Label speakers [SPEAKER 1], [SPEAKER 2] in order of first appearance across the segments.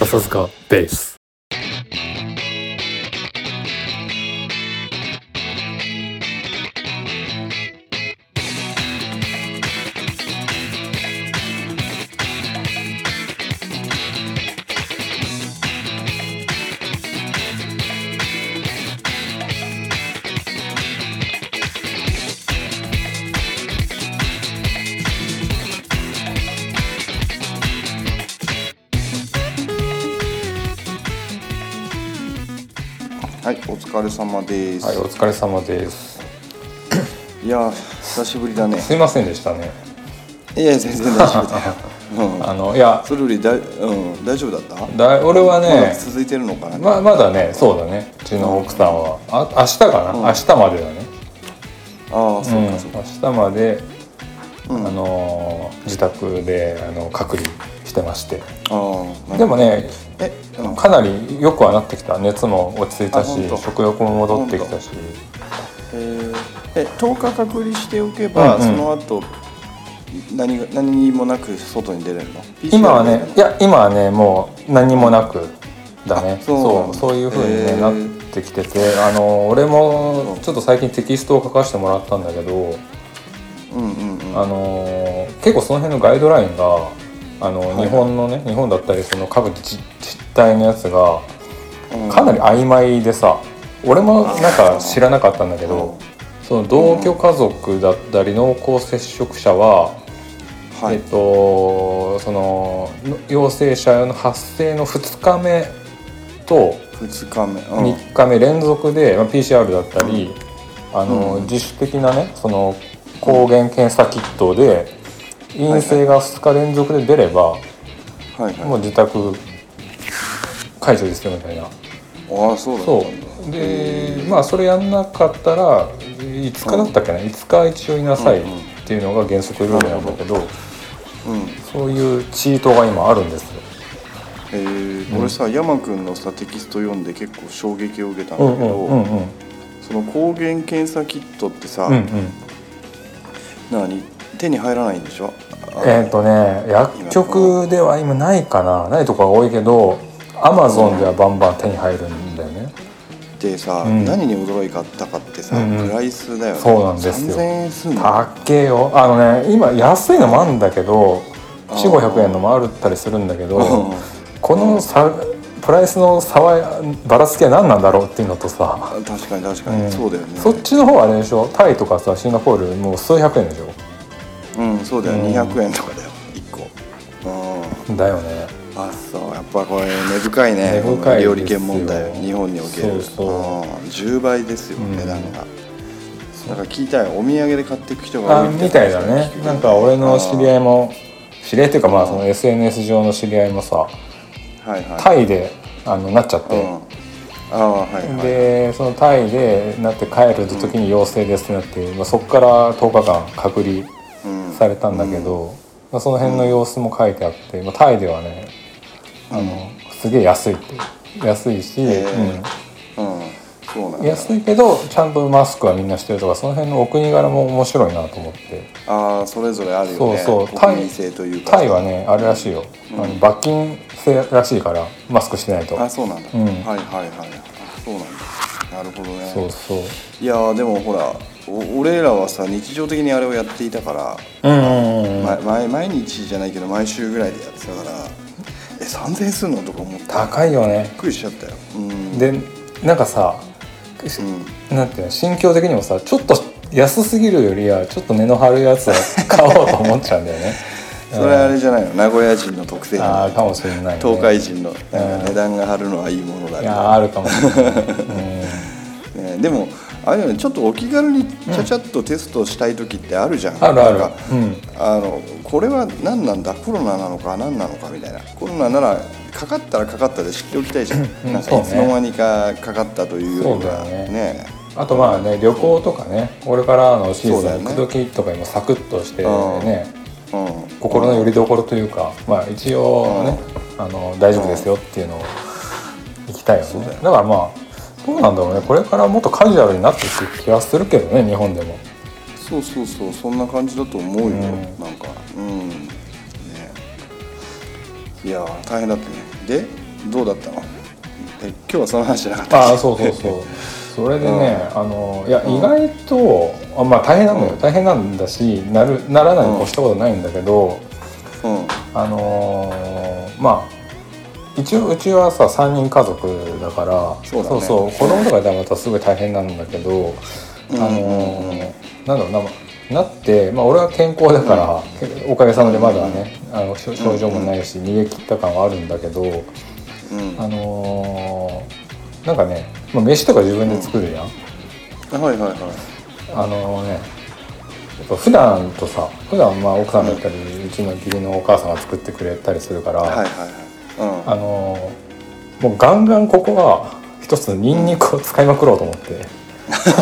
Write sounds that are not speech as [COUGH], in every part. [SPEAKER 1] 笹塚ベース
[SPEAKER 2] はい、お疲れ様です。
[SPEAKER 3] はい、お疲れ様です。
[SPEAKER 2] い、やー、久しぶりだ
[SPEAKER 3] [LAUGHS]
[SPEAKER 2] ね。
[SPEAKER 3] すいませんでしたね。
[SPEAKER 2] いや、全然大丈夫だよ。うん、
[SPEAKER 3] あの、いや、
[SPEAKER 2] [LAUGHS] それよりだい、うん、大丈夫だった。
[SPEAKER 3] だい俺は
[SPEAKER 2] まだ
[SPEAKER 3] ね、
[SPEAKER 2] 続いてるのかな。
[SPEAKER 3] ままだね、そうだね。うちの奥さんは、あ、明日かな、明日までだね。、
[SPEAKER 2] ああ、そううんか、
[SPEAKER 3] 明
[SPEAKER 2] そうか。
[SPEAKER 3] 日まで、
[SPEAKER 2] うん
[SPEAKER 3] あのー自宅であの隔離してまして。
[SPEAKER 2] ああ、
[SPEAKER 3] でもね、
[SPEAKER 2] え、うん、
[SPEAKER 3] かなり良くはなってきた。熱も落ち着いた
[SPEAKER 2] あほん
[SPEAKER 3] し
[SPEAKER 2] と、
[SPEAKER 3] 食欲も戻ってきたし。
[SPEAKER 2] えーえ、10日隔離しておけば、
[SPEAKER 3] うんうん
[SPEAKER 2] その後。何が、何もなく、外に出れるの。
[SPEAKER 3] 今は
[SPEAKER 2] PCR
[SPEAKER 3] ね、いや、今はね、もう何もなくだね。
[SPEAKER 2] あそうな
[SPEAKER 3] そ
[SPEAKER 2] ん
[SPEAKER 3] う、
[SPEAKER 2] だ
[SPEAKER 3] そういう風に
[SPEAKER 2] へ
[SPEAKER 3] ね、
[SPEAKER 2] ー
[SPEAKER 3] なってきてて、あの、俺もちょっと最近テキストを書かせてもらったんだけど、
[SPEAKER 2] 出れるの。うん、うん、うん。
[SPEAKER 3] あの、結構その辺のガイドラインが、あの、
[SPEAKER 2] い
[SPEAKER 3] 日本のね、日本だったり、その各自治体のやつが、
[SPEAKER 2] うん
[SPEAKER 3] かなり曖昧でさ、俺もなんか知らなかったんだけど、その同居家族だったり濃厚接触者は、
[SPEAKER 2] は
[SPEAKER 3] え
[SPEAKER 2] い
[SPEAKER 3] っ。とそのの陽性者の発生の2日目と
[SPEAKER 2] 二日目。うん。
[SPEAKER 3] 3日目連続で、まあ、PCR だったり、あの
[SPEAKER 2] うん
[SPEAKER 3] 自主的なねその抗原検査キットで陰性が2日連続で出れば、
[SPEAKER 2] はい、は
[SPEAKER 3] もう自宅解除ですよみたいな。
[SPEAKER 2] い。ああ、そうだっ
[SPEAKER 3] そ
[SPEAKER 2] たんだ。
[SPEAKER 3] うでまあそれやんなかったら5日だったっけな、5日一応いなさいっていうのが原則ルールなんだけど、
[SPEAKER 2] うん。
[SPEAKER 3] そういうチートが今あるんですよ。
[SPEAKER 2] えー俺さ山くんのさテキスト読んで結構衝撃を受けたん
[SPEAKER 3] う
[SPEAKER 2] だ
[SPEAKER 3] ん
[SPEAKER 2] け
[SPEAKER 3] う
[SPEAKER 2] ど、
[SPEAKER 3] んうんうん
[SPEAKER 2] その抗原検査キットってさ、
[SPEAKER 3] うんうん
[SPEAKER 2] 何手に入らないんでしょあ
[SPEAKER 3] えっ、とね薬局では今ないかなないとこが多いけどアマゾンではバンバン手に入るんだよね
[SPEAKER 2] でさ、
[SPEAKER 3] うん
[SPEAKER 2] 何に驚いかったかってさ、
[SPEAKER 3] うんうん
[SPEAKER 2] プライスだよね
[SPEAKER 3] そうなんですよ
[SPEAKER 2] 3000円すんの
[SPEAKER 3] 高えよあのね今安いのもあるんだけど4500円のもあるったりするんだけど
[SPEAKER 2] う
[SPEAKER 3] この差プライスの差はばらつきは何なんだろうっていうのとさ、
[SPEAKER 2] ん確かに確かに、
[SPEAKER 3] うん
[SPEAKER 2] そうだよね
[SPEAKER 3] そっちの方はあれでしょタイとかさシンガポールもう数百円でしょ
[SPEAKER 2] うんそうだよ、
[SPEAKER 3] うん
[SPEAKER 2] 200円とかだよ1個うん
[SPEAKER 3] だよね
[SPEAKER 2] あそうやっぱこれ根深いね
[SPEAKER 3] 根深いです
[SPEAKER 2] 料
[SPEAKER 3] よ
[SPEAKER 2] 理券問題日本における
[SPEAKER 3] そうそうん
[SPEAKER 2] 10倍ですよ、
[SPEAKER 3] うん
[SPEAKER 2] 値段がだから聞いたよお土産で買っていく人が
[SPEAKER 3] あ
[SPEAKER 2] 多いって
[SPEAKER 3] みたいだねなんか俺の知り合いも知り合いっていうかまあその SNS 上の知り合いもさ
[SPEAKER 2] はいはい
[SPEAKER 3] タイであのなっちゃっ
[SPEAKER 2] うん
[SPEAKER 3] て、
[SPEAKER 2] ああはいはい
[SPEAKER 3] でそのタイでなって帰る時に陽性ですってなって、まあ、そこから10日間隔離
[SPEAKER 2] うん
[SPEAKER 3] されたんだけど、まあ、その辺の様子も書いてあって、まあ、タイではねあの、すげえ安いって安いし、
[SPEAKER 2] へえうんそうなん
[SPEAKER 3] うん、
[SPEAKER 2] だ
[SPEAKER 3] 安いけどちゃんとマスクはみんなしてるとかその辺のお国柄も面白いなと思って。
[SPEAKER 2] ああそれぞれあるよね
[SPEAKER 3] そうそうタイ
[SPEAKER 2] 国民性というか
[SPEAKER 3] タイはねあれらしいよ、あの罰金制らしいからマスクしてないと
[SPEAKER 2] あそうなんだ
[SPEAKER 3] うん
[SPEAKER 2] はいはいはいあそうなんだなるほどね
[SPEAKER 3] そうそう
[SPEAKER 2] いやーでもほらお俺らはさ日常的にあれをやっていたから
[SPEAKER 3] うんうんうんうん
[SPEAKER 2] ま、毎毎日じゃないけど毎週ぐらいでやってたからえ3000円すんのとか思ったびっ
[SPEAKER 3] 高いよね
[SPEAKER 2] くりしちゃったようん
[SPEAKER 3] でなんかさ、し
[SPEAKER 2] うん
[SPEAKER 3] なんていうの心境的にもさちょっと安すぎるよりはちょっと値の張るやつを買おうと思っちゃうんだ
[SPEAKER 2] [LAUGHS]
[SPEAKER 3] よね
[SPEAKER 2] それあれじゃないの名古屋人の特性
[SPEAKER 3] ああかもしれない、ね、
[SPEAKER 2] 東海人のなんか値段が張るのはいいものだ
[SPEAKER 3] い
[SPEAKER 2] みたい
[SPEAKER 3] や
[SPEAKER 2] な
[SPEAKER 3] ーあるかもしれない、うん
[SPEAKER 2] ね、でもあれよねちょっとお気軽にちゃちゃっとテストしたい時ってあるじゃん、
[SPEAKER 3] あるある
[SPEAKER 2] なんか、
[SPEAKER 3] うん
[SPEAKER 2] あのこれは何なんだコロナなのか何なのかみたいなコロナならかかったらかかったで知っておきたいじゃん、
[SPEAKER 3] うん
[SPEAKER 2] なんか
[SPEAKER 3] そう
[SPEAKER 2] い
[SPEAKER 3] ね
[SPEAKER 2] つの間にかかかったというよりは
[SPEAKER 3] そうだ
[SPEAKER 2] ね
[SPEAKER 3] よあとまあね旅行とかねこれからのシー
[SPEAKER 2] そうだ
[SPEAKER 3] ズ
[SPEAKER 2] よ
[SPEAKER 3] ン
[SPEAKER 2] ね
[SPEAKER 3] 行く時とかにもサクッとして
[SPEAKER 2] うん
[SPEAKER 3] ね
[SPEAKER 2] うん
[SPEAKER 3] 心の拠り所というか、まあ、一応ね、あの大丈夫ですよっていうのを行きたいよねだからまあどうなんだろうねこれからもっとカジュアルになっていく気はするけどね日本でも
[SPEAKER 2] そうそうそうそんな感じだと思うよ、な
[SPEAKER 3] ん
[SPEAKER 2] んかうんねいやー大変だったねでどうだったのえ今日はその話じゃなかったっけ
[SPEAKER 3] ああそうそうそうそれでね、あのいや意外と、あまあ大変なんだよ、
[SPEAKER 2] うん
[SPEAKER 3] 大変なんだしなるならないに越したことないんだけど、
[SPEAKER 2] うん
[SPEAKER 3] あのーまあ一応うちはさ3人家族だから
[SPEAKER 2] そうだね
[SPEAKER 3] そう子供とかいたらまたすごい大変なんだけど、
[SPEAKER 2] うん
[SPEAKER 3] あのーなんだろうなまあなって、まあ、俺は健康だから、おかげさまでまだね、あの症症状もないし、逃げ切った感はあるんだけど、
[SPEAKER 2] うん
[SPEAKER 3] あのーなんかね、まあ、飯とか自分で作るやん、
[SPEAKER 2] あはいはいはい
[SPEAKER 3] あのねやっぱ普段とさ普段まあ奥さんだったり、うちの義理のお母さんが作ってくれたりするから、
[SPEAKER 2] はいはいはい
[SPEAKER 3] あのーもうガンガンここは一つニンニクを使いまくろうと思って、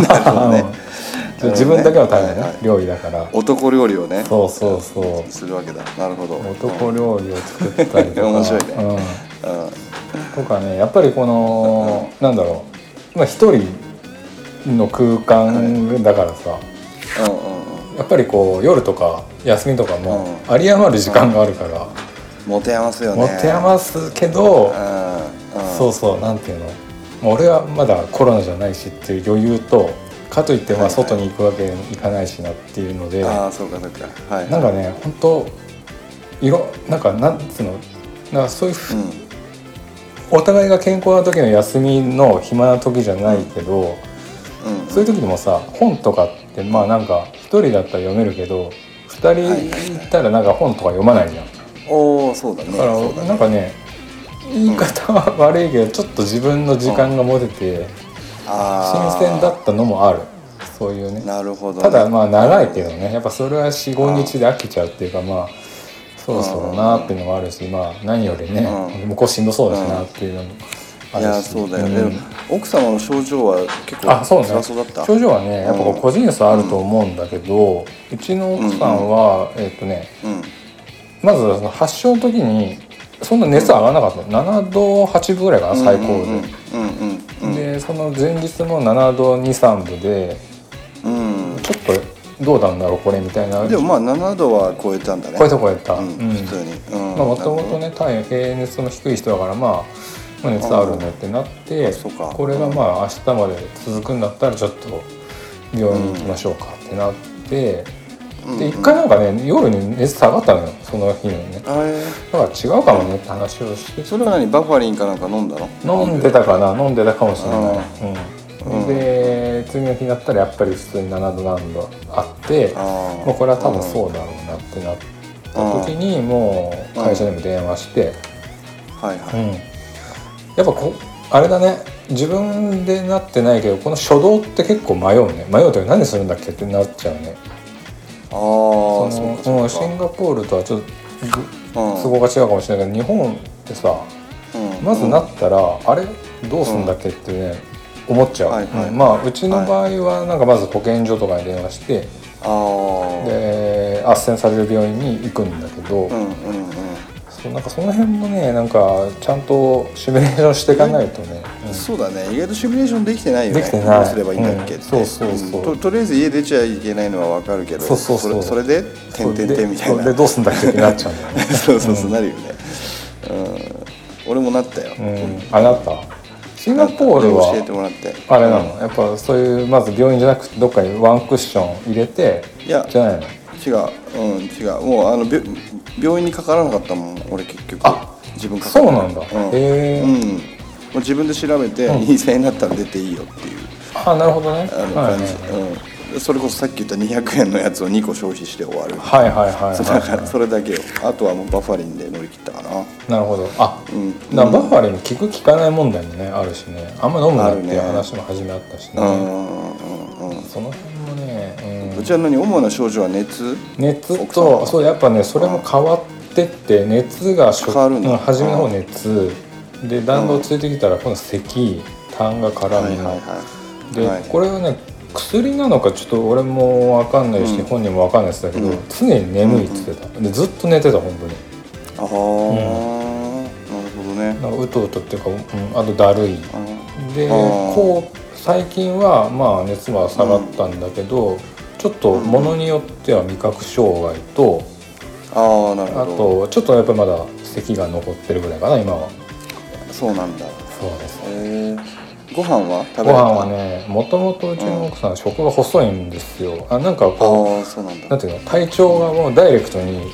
[SPEAKER 2] なるほどね
[SPEAKER 3] [LAUGHS] あの自分だけのための
[SPEAKER 2] はいはい
[SPEAKER 3] ね料理だから
[SPEAKER 2] うん男料理をね
[SPEAKER 3] そうそうそ
[SPEAKER 2] するわけだなるほど
[SPEAKER 3] う男料理を作ったりと
[SPEAKER 2] [LAUGHS]
[SPEAKER 3] か
[SPEAKER 2] 面白いね
[SPEAKER 3] う
[SPEAKER 2] うんうん
[SPEAKER 3] ん、とかねやっぱりこの、なんだろうまあ一人の空間だからさ、
[SPEAKER 2] うんうんうん
[SPEAKER 3] やっぱりこう夜とか休みとかも有り余る時間があるから、
[SPEAKER 2] 持て余すよね
[SPEAKER 3] 持て余すけど、
[SPEAKER 2] うんうん
[SPEAKER 3] そうそうなんていうのまあ俺はまだコロナじゃないしっていう余裕とかといって
[SPEAKER 2] は
[SPEAKER 3] まあ
[SPEAKER 2] いはい
[SPEAKER 3] 外に行くわけにいかないしなっていうので、
[SPEAKER 2] ああそうかそうかはい
[SPEAKER 3] なんかね本当色なんかなんつうのなんかそういうふ、
[SPEAKER 2] うん
[SPEAKER 3] お互いが健康な時の休みの暇な時じゃないけど、
[SPEAKER 2] うん
[SPEAKER 3] そういう時でもさ本とかってまあなんか一人だったら読めるけど二人いたらなんか本とか読まないじゃん。
[SPEAKER 2] おおそうだね
[SPEAKER 3] だか
[SPEAKER 2] そうだ
[SPEAKER 3] ら
[SPEAKER 2] ね
[SPEAKER 3] なんかね言い方は悪いけどちょっと自分の時間が持てて新
[SPEAKER 2] あー
[SPEAKER 3] 鮮だったのもあるそういうね
[SPEAKER 2] なるほどね
[SPEAKER 3] ただまあ長いけどねやっぱそれは45日で飽きちゃうっていうかまあそろそろなっていうのもあるしまあ何よりね
[SPEAKER 2] うん
[SPEAKER 3] 向こうしんどそうだしなっていうのもあ
[SPEAKER 2] い
[SPEAKER 3] るし
[SPEAKER 2] やそうだよね、
[SPEAKER 3] ん
[SPEAKER 2] でも奥様の症状は結構
[SPEAKER 3] あそうね
[SPEAKER 2] 辛そうだった
[SPEAKER 3] 症状はねやっぱこ
[SPEAKER 2] う
[SPEAKER 3] うん個人差あると思うんだけどうちの奥さんはえっとね
[SPEAKER 2] うん
[SPEAKER 3] まずその発症の時にそんな熱上がらなかったの7度8分ぐらいかな最高で。
[SPEAKER 2] うんうんうん
[SPEAKER 3] でその前日も7度23分で
[SPEAKER 2] うん、
[SPEAKER 3] ちょっとどうなんだろうこれみたいな
[SPEAKER 2] うん、でもまあ7度は超えたんだね
[SPEAKER 3] 超えた超えた
[SPEAKER 2] う
[SPEAKER 3] うんん、
[SPEAKER 2] 普通にうん
[SPEAKER 3] まあもともとね体平熱の低い人だからまあまあ熱あるねってなって
[SPEAKER 2] あそうか
[SPEAKER 3] これがまあ明日まで続くんだったらちょっと病院行きましょうかってなって、
[SPEAKER 2] うん
[SPEAKER 3] で一回なんかね夜に熱下がったのよその日のねだ
[SPEAKER 2] あれ
[SPEAKER 3] から違うかもねって話をして
[SPEAKER 2] それは何バファリンかなんか飲んだの
[SPEAKER 3] 飲んでたかな飲んでたかもしれない、うん
[SPEAKER 2] うん
[SPEAKER 3] で次の日になったらやっぱり普通に7度何度あって
[SPEAKER 2] あー
[SPEAKER 3] もうこれは多分そうだろうなってなった時にもう会社にも電話して、
[SPEAKER 2] うんはいは
[SPEAKER 3] う
[SPEAKER 2] い、
[SPEAKER 3] ん、やっぱこあれだね自分でなってないけどこの初動って結構迷うね迷うというか何するんだっけってなっちゃうね
[SPEAKER 2] ああ
[SPEAKER 3] そ
[SPEAKER 2] そう
[SPEAKER 3] の
[SPEAKER 2] かそう
[SPEAKER 3] うん
[SPEAKER 2] か
[SPEAKER 3] シンガポールとはちょっと
[SPEAKER 2] うん
[SPEAKER 3] 都合が違うかもしれないけど日本ってさ
[SPEAKER 2] うん
[SPEAKER 3] まずなったら、あれどうすんだっけってね、思っちゃう、
[SPEAKER 2] はいはい
[SPEAKER 3] うんまあうちの場合はなんかまず保健所とかに電話して、
[SPEAKER 2] ああ
[SPEAKER 3] で斡旋される病院に行くんだけど、
[SPEAKER 2] うんうんうん
[SPEAKER 3] そうなんかその辺もねなんかちゃんとシミュレーションしていかないとね、うん
[SPEAKER 2] そうだね意外とシミュレーションできてないよね
[SPEAKER 3] できてない
[SPEAKER 2] どうすればいいんだっけって、
[SPEAKER 3] うんそうそうそうん
[SPEAKER 2] ととりあえず家出ちゃいけないのはわかるけど
[SPEAKER 3] そうそうそう
[SPEAKER 2] それそれで「てんてんてん」みたい
[SPEAKER 3] そ
[SPEAKER 2] な
[SPEAKER 3] うでどうすんだっけってなっちゃうんだ
[SPEAKER 2] [LAUGHS]
[SPEAKER 3] よね、
[SPEAKER 2] そうそうそうなるよね、うん、俺もなったよ、
[SPEAKER 3] うん、あなたシンガポール
[SPEAKER 2] 教えて
[SPEAKER 3] は
[SPEAKER 2] もらって
[SPEAKER 3] あれなのやっぱそういうまず病院じゃなくてどっかにワンクッション入れて
[SPEAKER 2] いや
[SPEAKER 3] じゃないの
[SPEAKER 2] 違ううん違うもうあの病病院にかからなかったもん俺結局
[SPEAKER 3] あ
[SPEAKER 2] 自分かか
[SPEAKER 3] そ
[SPEAKER 2] ら
[SPEAKER 3] うなんだ、
[SPEAKER 2] うん、
[SPEAKER 3] へえ、
[SPEAKER 2] うんもう自分で調べて、
[SPEAKER 3] うん
[SPEAKER 2] 陰性になったら出ていいよっていう
[SPEAKER 3] あなるほどね
[SPEAKER 2] あの
[SPEAKER 3] はい
[SPEAKER 2] 感じ、うん、それこそさっき言った200円のやつを2個消費して終わる
[SPEAKER 3] はいはいはい
[SPEAKER 2] そう
[SPEAKER 3] は
[SPEAKER 2] だ
[SPEAKER 3] い
[SPEAKER 2] からそれだけよあとはもうバファリンで乗り切ったかな
[SPEAKER 3] なるほどあ、
[SPEAKER 2] ん
[SPEAKER 3] だからバッファリン効く効かない問題もねあるしねあんま飲むなって
[SPEAKER 2] ある
[SPEAKER 3] い
[SPEAKER 2] ね
[SPEAKER 3] う話も初めあったしね
[SPEAKER 2] うんうんうん
[SPEAKER 3] その辺もね、う
[SPEAKER 2] うんんうちは何主な症状は熱
[SPEAKER 3] 熱
[SPEAKER 2] 奥様
[SPEAKER 3] とそうやっぱねそれも変わってって熱が初
[SPEAKER 2] 変わるんだ
[SPEAKER 3] うん初めの方熱でだんだんついてきたら今度咳痰が絡む、
[SPEAKER 2] はいはいはい
[SPEAKER 3] で、
[SPEAKER 2] はい
[SPEAKER 3] これはね薬なのかちょっと俺も分かんないし、本人も分かんないですだけど、常に眠いって言ってた、でずっと寝てた本当に
[SPEAKER 2] ああ、なるほどね
[SPEAKER 3] なんかうとうとっていうか、うん、あとだるい
[SPEAKER 2] あ
[SPEAKER 3] で
[SPEAKER 2] あー
[SPEAKER 3] こう最近はまあ熱は下がったんだけど、ちょっとものによっては味覚障害と、
[SPEAKER 2] ーあーなる
[SPEAKER 3] あ
[SPEAKER 2] ほど
[SPEAKER 3] とちょっとやっぱりまだ咳が残ってるぐらいかな今は
[SPEAKER 2] そうなんだ
[SPEAKER 3] そうです
[SPEAKER 2] えー、ご飯は食べ
[SPEAKER 3] ご
[SPEAKER 2] れた
[SPEAKER 3] 飯はねもともとうちの奥さん食が細いんですよあなんかこう
[SPEAKER 2] ああそうなんだ
[SPEAKER 3] なんていうの体調がもうダイレクトに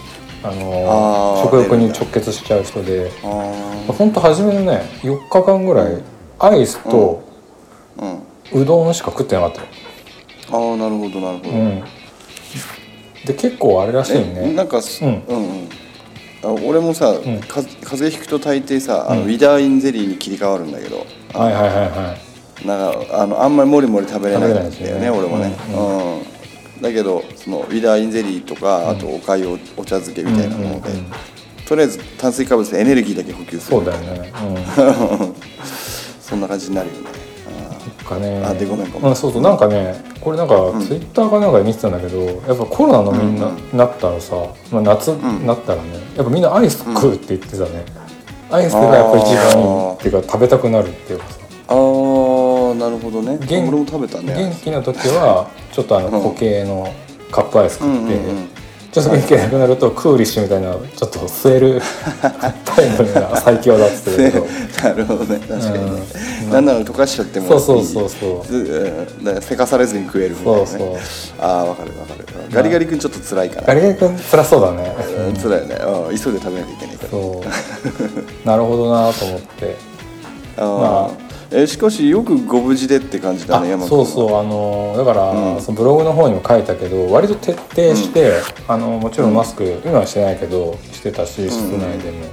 [SPEAKER 3] あの
[SPEAKER 2] あー
[SPEAKER 3] 食欲に直結しちゃう人で
[SPEAKER 2] あー
[SPEAKER 3] ほんと初めのね4日間ぐらいアイスと
[SPEAKER 2] うん
[SPEAKER 3] うどんしか食ってなかったよ、
[SPEAKER 2] ああなるほどなるほど、
[SPEAKER 3] うん、で結構あれらしい
[SPEAKER 2] え
[SPEAKER 3] ね
[SPEAKER 2] なんかす、
[SPEAKER 3] う
[SPEAKER 2] うんん、うんあ俺もさ、
[SPEAKER 3] ん
[SPEAKER 2] か風邪ひくと大抵さあの、
[SPEAKER 3] うん
[SPEAKER 2] ウィダーインゼリーに切り替わるんだけど
[SPEAKER 3] はいはいはいはい
[SPEAKER 2] なんかあのあんまりもりもり食べれないんだよ
[SPEAKER 3] 食べれない
[SPEAKER 2] ね
[SPEAKER 3] ですよね
[SPEAKER 2] 俺もね、
[SPEAKER 3] う
[SPEAKER 2] うんだけどそのウィダーインゼリーとか、あとおかゆおお茶漬けみたいなもので、
[SPEAKER 3] うんうんうん
[SPEAKER 2] とりあえず炭水化物でエネルギーだけ補給する
[SPEAKER 3] そうだよね、うん、
[SPEAKER 2] そんな感じになるよねあ
[SPEAKER 3] なんか
[SPEAKER 2] [LAUGHS]
[SPEAKER 3] ね
[SPEAKER 2] あでごめんごめん
[SPEAKER 3] うん、そうそうなんかねこれなんかツイッターかなんかで見てたんだけど、やっぱコロナのみんな、
[SPEAKER 2] うん
[SPEAKER 3] なったらさ、まあ、夏、
[SPEAKER 2] ん
[SPEAKER 3] なったらねやっぱみんなアイス食うって言ってたね、アイスがやっぱ一番いいっていうか食べたくなるっていうかさ
[SPEAKER 2] ーあーなるほどね
[SPEAKER 3] 元
[SPEAKER 2] 俺も食べた
[SPEAKER 3] 元
[SPEAKER 2] ね
[SPEAKER 3] 気な時はちょっとあの
[SPEAKER 2] うん
[SPEAKER 3] 固形のカップアイス食って、
[SPEAKER 2] うんうんうん
[SPEAKER 3] ちょっと元気なくなるとクーリッシュみたいなちょっと吸え [LAUGHS] るタイプが最強だっつってたけど
[SPEAKER 2] なるほどね確かにね、
[SPEAKER 3] うん
[SPEAKER 2] なんなら溶かしちゃってもいい
[SPEAKER 3] [LAUGHS] そうそうそうそう
[SPEAKER 2] ずうんだからせかされずに食えるみたいなね
[SPEAKER 3] そう
[SPEAKER 2] ああわかるわかるガリガリ君ちょっと辛いか
[SPEAKER 3] ガ
[SPEAKER 2] ら
[SPEAKER 3] リガリ君辛そうだね、
[SPEAKER 2] うん辛いよねうん急いで食べなきゃいけないから
[SPEAKER 3] そうなるほどなと思って
[SPEAKER 2] あーえしかしよくご無事でって感じだ
[SPEAKER 3] あ
[SPEAKER 2] ね山
[SPEAKER 3] そう
[SPEAKER 2] う
[SPEAKER 3] そうあのだから、そのブログの方にも書いたけど割と徹底して、あのもちろんマスク、今はしてないけどしてたし室内でも、
[SPEAKER 2] う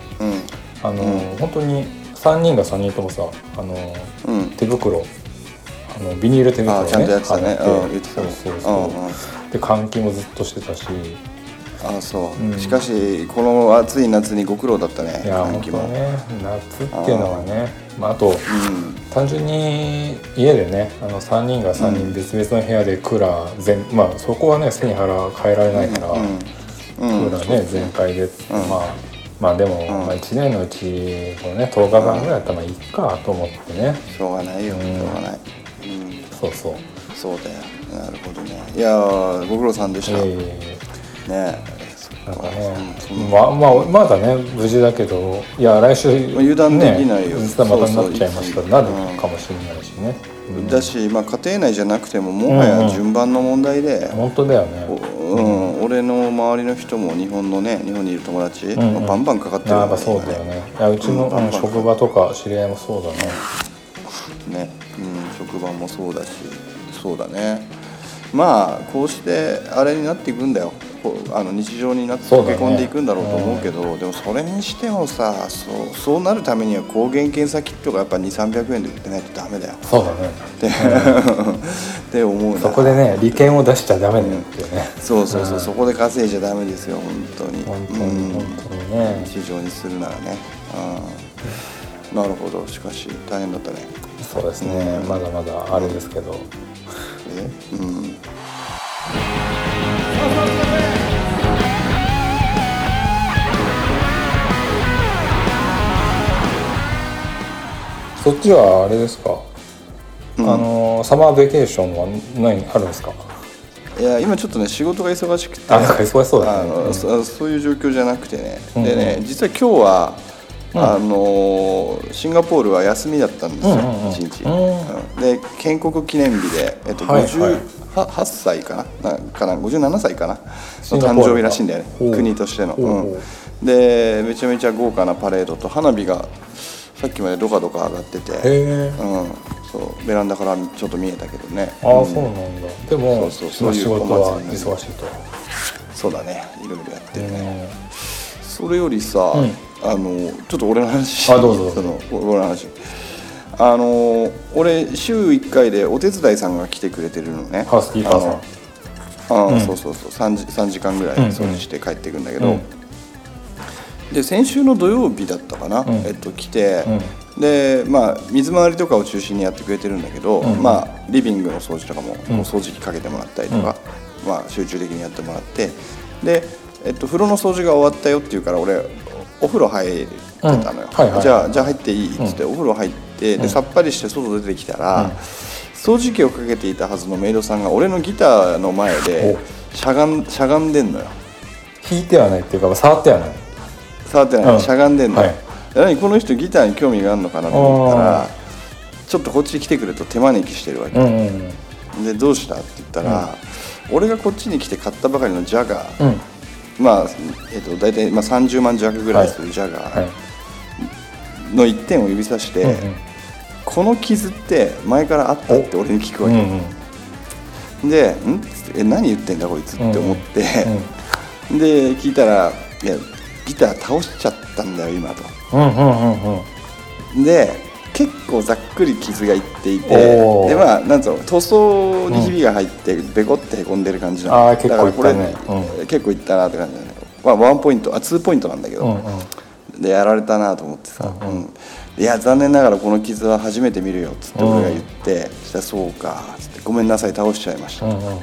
[SPEAKER 3] あの、本当に3人が3人ともさあの、
[SPEAKER 2] んうん
[SPEAKER 3] 手袋あのビニール手袋
[SPEAKER 2] あ
[SPEAKER 3] ね
[SPEAKER 2] ーちゃんとやってたね
[SPEAKER 3] 貼
[SPEAKER 2] うん言ってたね
[SPEAKER 3] そうそうそう、
[SPEAKER 2] うん
[SPEAKER 3] で換気もずっとしてたし
[SPEAKER 2] ああそう、
[SPEAKER 3] うん
[SPEAKER 2] しかしこの暑い夏にご苦労だったね
[SPEAKER 3] いや
[SPEAKER 2] 換
[SPEAKER 3] 本
[SPEAKER 2] 気
[SPEAKER 3] 当
[SPEAKER 2] も、
[SPEAKER 3] ね夏っていうのはねまあ、あと
[SPEAKER 2] うん
[SPEAKER 3] 単純に家でねあの3人が3人別々の部屋でクーラー全、まあそこはね背に腹変えられないから、
[SPEAKER 2] うんうん
[SPEAKER 3] クーラーね全開で、まあまあでも、まあ、1年のうちのね10日間ぐらいだったらまあいいかと思ってね、
[SPEAKER 2] しょうがないよ、
[SPEAKER 3] ん
[SPEAKER 2] しょうがない、うん、
[SPEAKER 3] そうそう
[SPEAKER 2] そうだよなるほどねいやーご苦労さんでした、ね
[SPEAKER 3] え
[SPEAKER 2] えそ
[SPEAKER 3] えなんか
[SPEAKER 2] うん
[SPEAKER 3] ね
[SPEAKER 2] そんな、
[SPEAKER 3] まあまあまだね無事だけどいや来週、ね、
[SPEAKER 2] 油断できないよ
[SPEAKER 3] 実はまたなっちゃいました
[SPEAKER 2] そうそう
[SPEAKER 3] なるかもしれないしね、うん
[SPEAKER 2] だし、まあ、家庭内じゃなくてももは
[SPEAKER 3] うんう
[SPEAKER 2] や
[SPEAKER 3] ん
[SPEAKER 2] 順番の問題で、
[SPEAKER 3] 本当だよね
[SPEAKER 2] おうん、俺の周りの人も日本のね日本にいる友達、
[SPEAKER 3] んうん
[SPEAKER 2] バンバンかかってる
[SPEAKER 3] や
[SPEAKER 2] よ
[SPEAKER 3] っぱそうだよねいやうちの、
[SPEAKER 2] うん
[SPEAKER 3] うん職場とか知り合いもそうだね
[SPEAKER 2] ね、うん、職場もそうだしそうだねまあこうしてあれになっていくんだよこうあの日常になって
[SPEAKER 3] そう
[SPEAKER 2] 溶
[SPEAKER 3] だ
[SPEAKER 2] け
[SPEAKER 3] ね
[SPEAKER 2] 込んでいくんだろうと思うけど、でもそれにしてもさそうそうなるためには抗原検査キットがやっぱ2300円で売ってないとダメだよっ
[SPEAKER 3] そうだね
[SPEAKER 2] て [LAUGHS] って思うな
[SPEAKER 3] そこでね利権を出しちゃダメだよっていうね、
[SPEAKER 2] そうそうそう、そこで稼いじゃダメですよ本当に
[SPEAKER 3] 本当
[SPEAKER 2] う
[SPEAKER 3] に
[SPEAKER 2] ん
[SPEAKER 3] 本当にね、
[SPEAKER 2] 日常にするならね、うん、なるほどしかし大変だったね
[SPEAKER 3] そうですね、まだまだあれですけど、
[SPEAKER 2] えうん
[SPEAKER 3] そっちはあれですか、あのサマーベケーションはないあるんですか
[SPEAKER 2] いや今ちょっとね仕事が忙しくて
[SPEAKER 3] あなんか忙しそうだ
[SPEAKER 2] あ
[SPEAKER 3] ね
[SPEAKER 2] のそそういう状況じゃなくてね、
[SPEAKER 3] うん
[SPEAKER 2] でね実は今日は、あのーシンガポールは休みだったんですよ、
[SPEAKER 3] うんうんうん
[SPEAKER 2] 一日、
[SPEAKER 3] う
[SPEAKER 2] で建国記念日で、えっと
[SPEAKER 3] はいはい
[SPEAKER 2] 58歳かななかな57歳かなの
[SPEAKER 3] シンガポ
[SPEAKER 2] 誕が
[SPEAKER 3] ールが
[SPEAKER 2] 誕生日らしいんだよね
[SPEAKER 3] ほう
[SPEAKER 2] 国としての、
[SPEAKER 3] ほう
[SPEAKER 2] うん
[SPEAKER 3] ほ
[SPEAKER 2] でめちゃめちゃ豪華なパレードと花火がさっきまでどかどか上がってて、
[SPEAKER 3] へえ
[SPEAKER 2] うん、そうベランダからちょっと見えたけどね
[SPEAKER 3] ああそうなんだでも
[SPEAKER 2] そうそうそういう
[SPEAKER 3] 仕事
[SPEAKER 2] お
[SPEAKER 3] は
[SPEAKER 2] 祭り
[SPEAKER 3] 忙しいと、
[SPEAKER 2] そうだねいろいろやってるね、
[SPEAKER 3] うん
[SPEAKER 2] それよりさ、
[SPEAKER 3] うん
[SPEAKER 2] あのちょっと俺の話
[SPEAKER 3] あどうぞど
[SPEAKER 2] そうの俺の話あの俺週1回でお手伝いさんが来てくれてるのね
[SPEAKER 3] ハウスキーパーさん
[SPEAKER 2] あのあ、そうそうそう 3, 時3時間ぐらい
[SPEAKER 3] うんうん
[SPEAKER 2] 掃除して帰っていくんだけ
[SPEAKER 3] う
[SPEAKER 2] ど、で先週の土曜日だったかな、
[SPEAKER 3] ん
[SPEAKER 2] えっと、来て、でまあ、水回りとかを中心にやってくれてるんだけど、まあ、リビングの掃除とかも,、もう掃除機かけてもらったりとか、まあ、集中的にやってもらってで、えっと、風呂の掃除が終わったよって言うから俺お風呂入ってたのよ、
[SPEAKER 3] うんはいはい
[SPEAKER 2] じゃあじゃあ入っていいっつって、お風呂入ってでさっぱりして外出てきたら、掃除機をかけていたはずのメイドさんが俺のギターの前でしゃがんしゃがんでんのよ。
[SPEAKER 3] 引いてはないっていうか触ってはない
[SPEAKER 2] 触ってない、
[SPEAKER 3] うん
[SPEAKER 2] しゃがんでんの、
[SPEAKER 3] はい
[SPEAKER 2] 何この人ギターに興味があるのかなと思ったらちょっとこっちに来てくれと手招きしてるわけ、
[SPEAKER 3] うんうんうん
[SPEAKER 2] でどうしたって言ったら、俺がこっちに来て買ったばかりのジャガー、
[SPEAKER 3] うん
[SPEAKER 2] まあ、えっと大体まあ30万弱ぐらいするジャガ
[SPEAKER 3] はい
[SPEAKER 2] ーの一点を指さして、
[SPEAKER 3] うんうん
[SPEAKER 2] この傷って前からあったって俺に聞くわ
[SPEAKER 3] う
[SPEAKER 2] け、
[SPEAKER 3] んうん
[SPEAKER 2] で「ん?」っつってえ何言ってんだこいつ」って思って、
[SPEAKER 3] うん
[SPEAKER 2] で聞いたら「いやギター倒しちゃったんだよ今」と。
[SPEAKER 3] うんうんうんうん
[SPEAKER 2] で結構ざっくり傷がいっていて
[SPEAKER 3] おー
[SPEAKER 2] でまあなんつうの塗装にひびが入ってべこってへこんでる感じなの、
[SPEAKER 3] あー結構いったね
[SPEAKER 2] だからこれ、結構いったなって感じなんだけどまあワンポイントあツーポイントなんだけど、
[SPEAKER 3] うんうん
[SPEAKER 2] でやられたなと思ってさ、うんいや残念ながらこの傷は初めて見るよっつって俺が言って、そしたらそうかっつってごめんなさい倒しちゃいました、
[SPEAKER 3] うんうん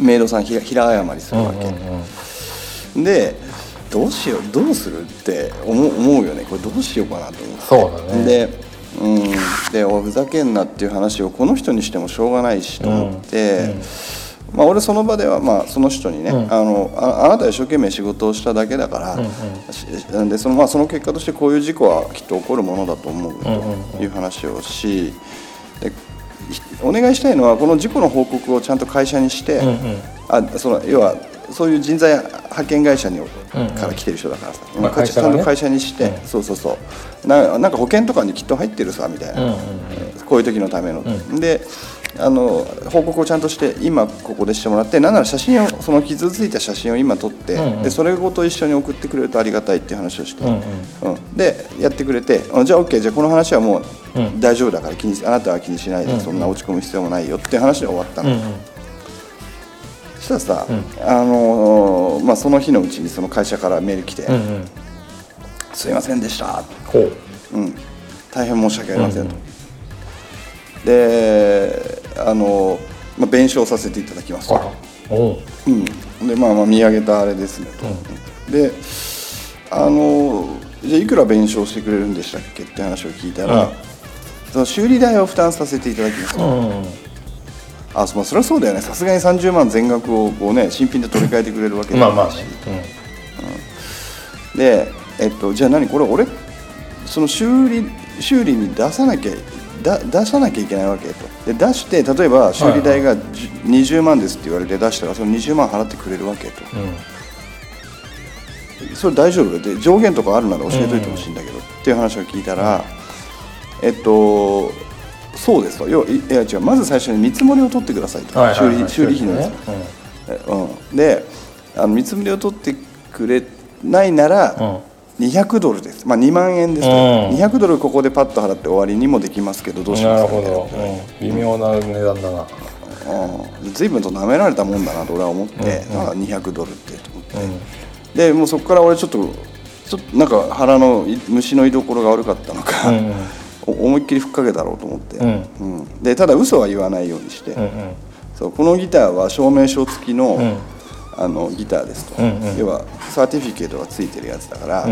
[SPEAKER 2] メイドさんひら平謝りするわけ、
[SPEAKER 3] うんうん
[SPEAKER 2] でどうしようどうするって思う思うよねこれどうしようかなと思って
[SPEAKER 3] そうだね
[SPEAKER 2] でうんでおふざけんなっていう話をこの人にしてもしょうがないしと思って、まあ、俺その場ではまあその人にね、あのああなた一生懸命仕事をしただけだから、しなんでそのまあ、その結果としてこういう事故はきっと起こるものだと思うという話をし、でひお願いしたいのはこの事故の報告をちゃんと会社にして、あその要はそういう人材派遣会社に、から来てる人だからさ、
[SPEAKER 3] まあ
[SPEAKER 2] 会社
[SPEAKER 3] 会社がね
[SPEAKER 2] ちゃんと会社にして、そうそうそうななんか保険とかにきっと入ってるさみたいな、こういう時のための、であの報告をちゃんとして今ここでしてもらってなんなら写真をその傷ついた写真を今撮って、でそれごと一緒に送ってくれるとありがたいっていう話をして、うんでやってくれてあじゃあ OK じゃあこの話はもう大丈夫だから気にあなたは気にしないで、そんな落ち込む必要もないよっていう話で終わったの。そしたらさ、あのーまあ、その日のうちにその会社からメール来て「
[SPEAKER 3] うんうん
[SPEAKER 2] すいませんでした」
[SPEAKER 3] ほう
[SPEAKER 2] うん「大変申し訳ありません」と。であのー、まあ、弁償させていただきます
[SPEAKER 3] あ
[SPEAKER 2] と。
[SPEAKER 3] らおう
[SPEAKER 2] うん、でまあまあ見上げたあれですねと、であのじゃあいくら弁償してくれるんでしたっけって話を聞いたら、
[SPEAKER 3] うん
[SPEAKER 2] その修理代を負担させていただきますと、
[SPEAKER 3] うん
[SPEAKER 2] あそ,、まあ、そりゃそうだよねさすがに30万全額をこう、ね、新品で取り替えてくれるわけ
[SPEAKER 3] うん
[SPEAKER 2] だ
[SPEAKER 3] ま
[SPEAKER 2] し
[SPEAKER 3] あまあね
[SPEAKER 2] で、えっと、じゃあ何これ俺その修理修理に出さなきゃだ出さなきゃいけないわけとで出して例えば修理代がじゅ20万ですって言われて出したらその20万払ってくれるわけと。
[SPEAKER 3] うんうん
[SPEAKER 2] それ大丈夫で上限とかあるなら教えといてほしいんだけど、っていう話を聞いたら、えっとそうですと要はいいや違うまず最初に見積もりを取ってくださいと、
[SPEAKER 3] はいはいはい
[SPEAKER 2] 修理修理費のやつ、
[SPEAKER 3] うん
[SPEAKER 2] うん、であの見積もりを取ってくれないなら、200ドルです、まあ、2万円ですと、
[SPEAKER 3] うん
[SPEAKER 2] 200ドルここでパッと払って終わりにもできますけどどうしま
[SPEAKER 3] な
[SPEAKER 2] すか
[SPEAKER 3] るほ
[SPEAKER 2] みたいな
[SPEAKER 3] ど、うん微妙な値段だな
[SPEAKER 2] うん随分と舐められたもんだなと俺は思って、あ200ドルってと思って、でもうそこから俺ちょっとちょっとなんか腹のい虫の居所が悪かったのか、
[SPEAKER 3] うんうん
[SPEAKER 2] [LAUGHS] お思いっきりふっかけたろうと思って、
[SPEAKER 3] ん
[SPEAKER 2] うんでただ嘘は言わないようにして、
[SPEAKER 3] うんうん
[SPEAKER 2] そうこのギターは証明書付きの,、
[SPEAKER 3] ん
[SPEAKER 2] あのギターですと、
[SPEAKER 3] うんうん
[SPEAKER 2] 要はサーティフィケートが付いてるやつだから、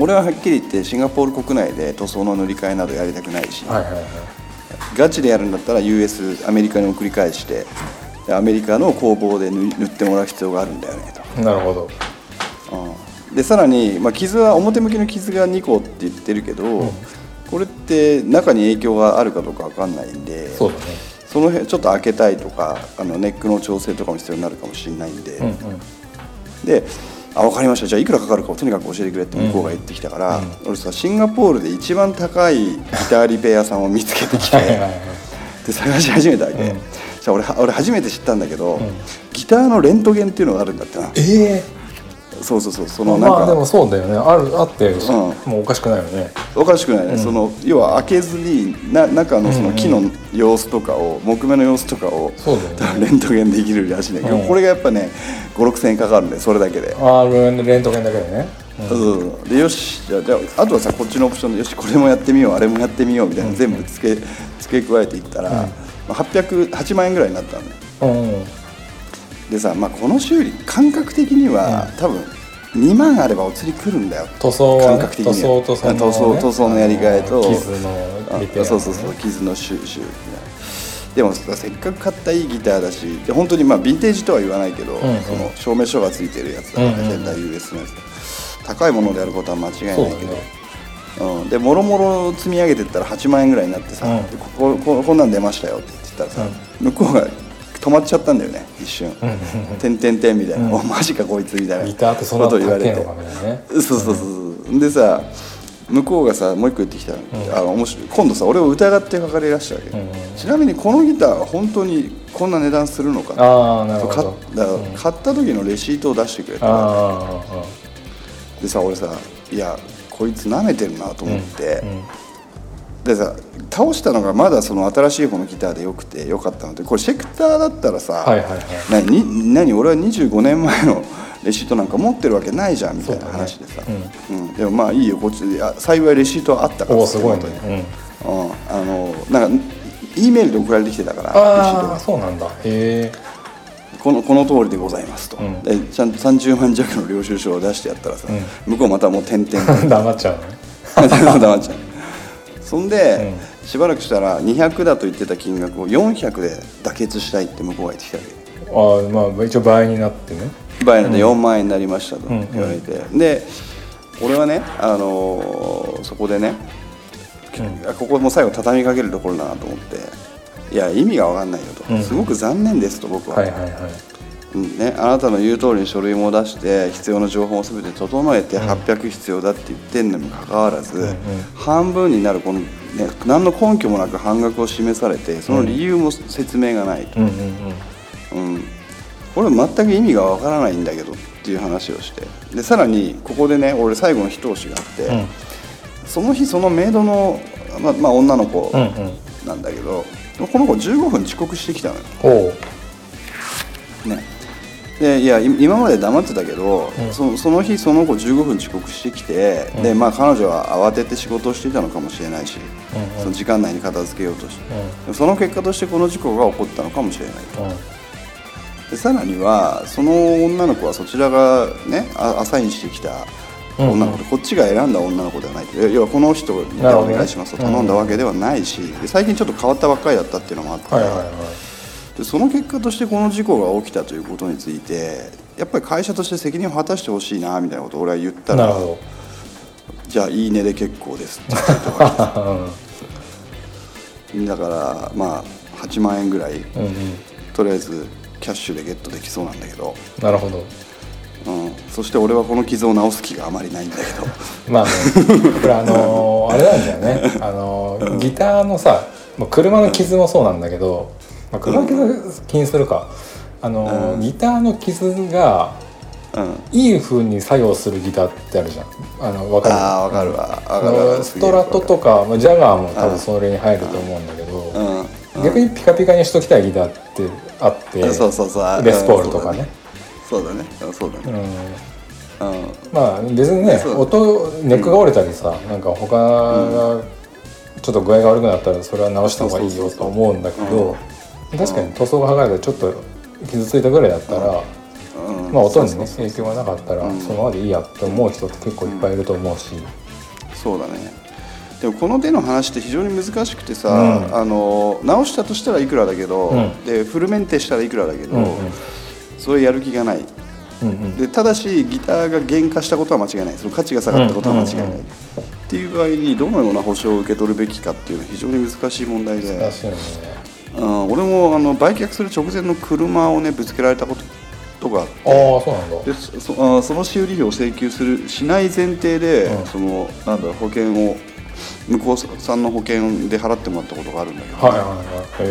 [SPEAKER 2] 俺ははっきり言ってシンガポール国内で塗装の塗り替えなどやりたくないし、
[SPEAKER 3] はいはいはい
[SPEAKER 2] ガチでやるんだったら US アメリカに送り返してでアメリカの工房で塗塗ってもらう必要があるんだよね
[SPEAKER 3] なるほど
[SPEAKER 2] と、うんでさらに、まあ、傷は表向きの傷が2個って言ってるけど、これって中に影響があるかどうか分かんないんで
[SPEAKER 3] そうだね
[SPEAKER 2] その辺ちょっと開けたいとかあのネックの調整とかも必要になるかもしれないんで、であ分かりましたじゃあいくらかかるかをとにかく教えてくれって向こうが言ってきたから、俺さシンガポールで一番高いギターリペアさんを見つけてきて。
[SPEAKER 3] はいはいはい
[SPEAKER 2] で探し始めたわけ、じゃあ俺は俺初めて知ったんだけど、ギターのレントゲンっていうのがあるんだってな
[SPEAKER 3] ええ
[SPEAKER 2] そうそうそうそのなん
[SPEAKER 3] まあ
[SPEAKER 2] か、
[SPEAKER 3] でもそうだよねあるあって、
[SPEAKER 2] ん
[SPEAKER 3] もうおかしくないよね
[SPEAKER 2] おかしくないね、その要は開けずにな中のその木の様子とかを、木目の様子とかを
[SPEAKER 3] そうだよね
[SPEAKER 2] 多分 [LAUGHS] レントゲンできるらしいんだけど、
[SPEAKER 3] うん
[SPEAKER 2] これがやっぱね56000円かかるんでそれだけで。
[SPEAKER 3] あーレントゲンだけでね
[SPEAKER 2] そうそうそうでよしじゃあじゃああとはさこっちのオプションでよしこれもやってみようあれもやってみようみたいな、全部付け付け加えていったら、まあ、808万円ぐらいになったんだよ
[SPEAKER 3] うんうん
[SPEAKER 2] でさ、まあ、この修理感覚的には、多分2万あればお釣り来るんだよ
[SPEAKER 3] 塗装は
[SPEAKER 2] 感
[SPEAKER 3] ね
[SPEAKER 2] 覚的には
[SPEAKER 3] 塗装とそのね
[SPEAKER 2] 塗装塗装のやり替えと
[SPEAKER 3] あの傷のリペア
[SPEAKER 2] あそうそうそう傷の修修理でもせっかく買ったいいギターだしで本当にまあヴィンテージとは言わないけど、
[SPEAKER 3] んうん
[SPEAKER 2] その証明書がついてるやつだから、
[SPEAKER 3] うんうんうん
[SPEAKER 2] 現代 US のやつ高いものであることは間違いないけど
[SPEAKER 3] そうだね
[SPEAKER 2] うん、でもろもろ積み上げてったら8万円ぐらいになってさ、
[SPEAKER 3] うん
[SPEAKER 2] でここここんなん出ましたよって言ってたらさ、向こうが止まっちゃったんだよね一瞬「てんてんてん」みたいな「おマジかこいつ」みたいな
[SPEAKER 3] ギターってそんな
[SPEAKER 2] こと言わ
[SPEAKER 3] 高
[SPEAKER 2] れ
[SPEAKER 3] い
[SPEAKER 2] て
[SPEAKER 3] のかみたいなね
[SPEAKER 2] そうそうそうそうでさ向こうがさもう一個言ってきたの、あの面白い今度さ俺を疑ってかかりだしたわけ、
[SPEAKER 3] ん
[SPEAKER 2] ちなみにこのギターは本当にこんな値段するのか
[SPEAKER 3] ああなるほ
[SPEAKER 2] 買
[SPEAKER 3] ど
[SPEAKER 2] っだから買った時のレシートを出してくれたの
[SPEAKER 3] あーあーあ
[SPEAKER 2] でさ俺さいやこいつ舐めてるなと思って、
[SPEAKER 3] んうん
[SPEAKER 2] でさ倒したのがまだその新しい方のギターでよくてよかったのでこれシェクターだったらさ、
[SPEAKER 3] はいはいはい
[SPEAKER 2] 何に何俺は25年前のレシートなんか持ってるわけないじゃんみたいな話でさう、んでもまあいいよこっちであ幸いレシートはあった
[SPEAKER 3] ー
[SPEAKER 2] から
[SPEAKER 3] おおすごい
[SPEAKER 2] 手
[SPEAKER 3] ね
[SPEAKER 2] 元に
[SPEAKER 3] う
[SPEAKER 2] う
[SPEAKER 3] ん
[SPEAKER 2] ん、あのなんか E メールで送られてきてたからレシート
[SPEAKER 3] ああ
[SPEAKER 2] が
[SPEAKER 3] そうなんだへえ [LAUGHS]
[SPEAKER 2] このこの通りでございますと、
[SPEAKER 3] ん
[SPEAKER 2] でちゃんと30万弱の領収書を出してやったらさ、向こうまたもう点々
[SPEAKER 3] 黙っちゃうね
[SPEAKER 2] 黙っちゃうそんで、しばらくしたら200だと言ってた金額を400で妥結したいって向こうが言ってきたわけ
[SPEAKER 3] ああまあ一応倍になってね
[SPEAKER 2] 倍なんで4万円になりましたと言われて、で俺はね、あのーそこでね、ここも最後畳みかけるところだなと思っていや意味が分かんないよと、すごく残念ですと僕は、
[SPEAKER 3] はいはいはい
[SPEAKER 2] うんね、あなたの言う通りに書類も出して必要な情報を全て整えて800必要だって言ってんのにもかかわらず、半分になるこの、ね、何の根拠もなく半額を示されてその理由も説明がないと、
[SPEAKER 3] うんうんうん
[SPEAKER 2] うん、これ全く意味がわからないんだけどっていう話をしてでさらにここでね俺最後の一押しがあって、
[SPEAKER 3] ん
[SPEAKER 2] その日そのメイドの、ままあ、女の子
[SPEAKER 3] うんうん
[SPEAKER 2] なんだけど、この子15分遅刻してきたのよ。
[SPEAKER 3] おお
[SPEAKER 2] ねでいやい今まで黙ってたけど、そその日その子15分遅刻してきて、でまあ、彼女は慌てて仕事をしていたのかもしれないし、その時間内に片付けようとして、でもその結果としてこの事故が起こったのかもしれないと
[SPEAKER 3] うん
[SPEAKER 2] でさらにはその女の子はそちらが、ね、あアサインしてきた女の子で、こっちが選んだ女の子ではないといや要はこの人に
[SPEAKER 3] なる
[SPEAKER 2] お
[SPEAKER 3] ほどね
[SPEAKER 2] 願いしますと頼んだわけではないし、で最近ちょっと変わったばっかりだったっていうのもあって、
[SPEAKER 3] はいはいはい
[SPEAKER 2] でその結果としてこの事故が起きたということについてやっぱり会社として責任を果たしてほしいなみたいなことを俺は言った
[SPEAKER 3] なる
[SPEAKER 2] ら
[SPEAKER 3] ほ
[SPEAKER 2] じゃあ「いいね」で結構ですって言ってたわ
[SPEAKER 3] どうん
[SPEAKER 2] け
[SPEAKER 3] [LAUGHS]
[SPEAKER 2] だからまあ8万円ぐらい、
[SPEAKER 3] うんうん
[SPEAKER 2] とりあえずキャッシュでゲットできそうなんだけど、
[SPEAKER 3] なるほど
[SPEAKER 2] うん、そして俺はこの傷を治す気があまりないんだけど
[SPEAKER 3] まあねこれあのーあれなんだよねあのーギターのさまあ車の傷もそうなんだけど、まあ、車の傷気にするかあのー、ギターの傷が
[SPEAKER 2] うん
[SPEAKER 3] いい風に作用するギターってあるじゃんあのわかる
[SPEAKER 2] ああわかるわわかる
[SPEAKER 3] あ
[SPEAKER 2] わ
[SPEAKER 3] のストラトとかまあジャガーも多分それに入ると思うんだけ
[SPEAKER 2] う
[SPEAKER 3] ど
[SPEAKER 2] ん
[SPEAKER 3] 逆にピカピカにしときたいギターってあって
[SPEAKER 2] あそうそうそう
[SPEAKER 3] レスポールとかね
[SPEAKER 2] そうだねうんそうだ
[SPEAKER 3] う
[SPEAKER 2] ね
[SPEAKER 3] ん
[SPEAKER 2] うん
[SPEAKER 3] まあ別にね
[SPEAKER 2] そう
[SPEAKER 3] 音ネックが折れたりさ、なんか他がちょっと具合が悪くなったらそれは直した方がいいよと思うんだけど確かに塗装が剥がれてちょっと傷ついたぐらいだったら、
[SPEAKER 2] うん
[SPEAKER 3] まあ音にね影響がなかったらそのままでいいやって思う人って結構いっぱいいると思うし、
[SPEAKER 2] そうだねでもこの手の話って非常に難しくてさ、
[SPEAKER 3] うん
[SPEAKER 2] あの直したとしたらいくらだけど、
[SPEAKER 3] うん
[SPEAKER 2] でフルメンテしたらいくらだけど、
[SPEAKER 3] うんうん
[SPEAKER 2] それやる気がない
[SPEAKER 3] うんうん
[SPEAKER 2] でただしギターが減価したことは間違いないその価値が下がったことは間違いない、
[SPEAKER 3] うんうんうん
[SPEAKER 2] っていう場合にどのような保証を受け取るべきかっていうのは非常に難しい問題で
[SPEAKER 3] 難、しいよね
[SPEAKER 2] うん、俺もあの売却する直前の車をねぶつけられたこととかあっ
[SPEAKER 3] ああ
[SPEAKER 2] て
[SPEAKER 3] そうなんだ
[SPEAKER 2] でそそあーその修理費を請求するしない前提で、
[SPEAKER 3] うん
[SPEAKER 2] そのなんだろう保険を向こうさんの保険で払ってもらったことがあるんだけど、
[SPEAKER 3] はいはいは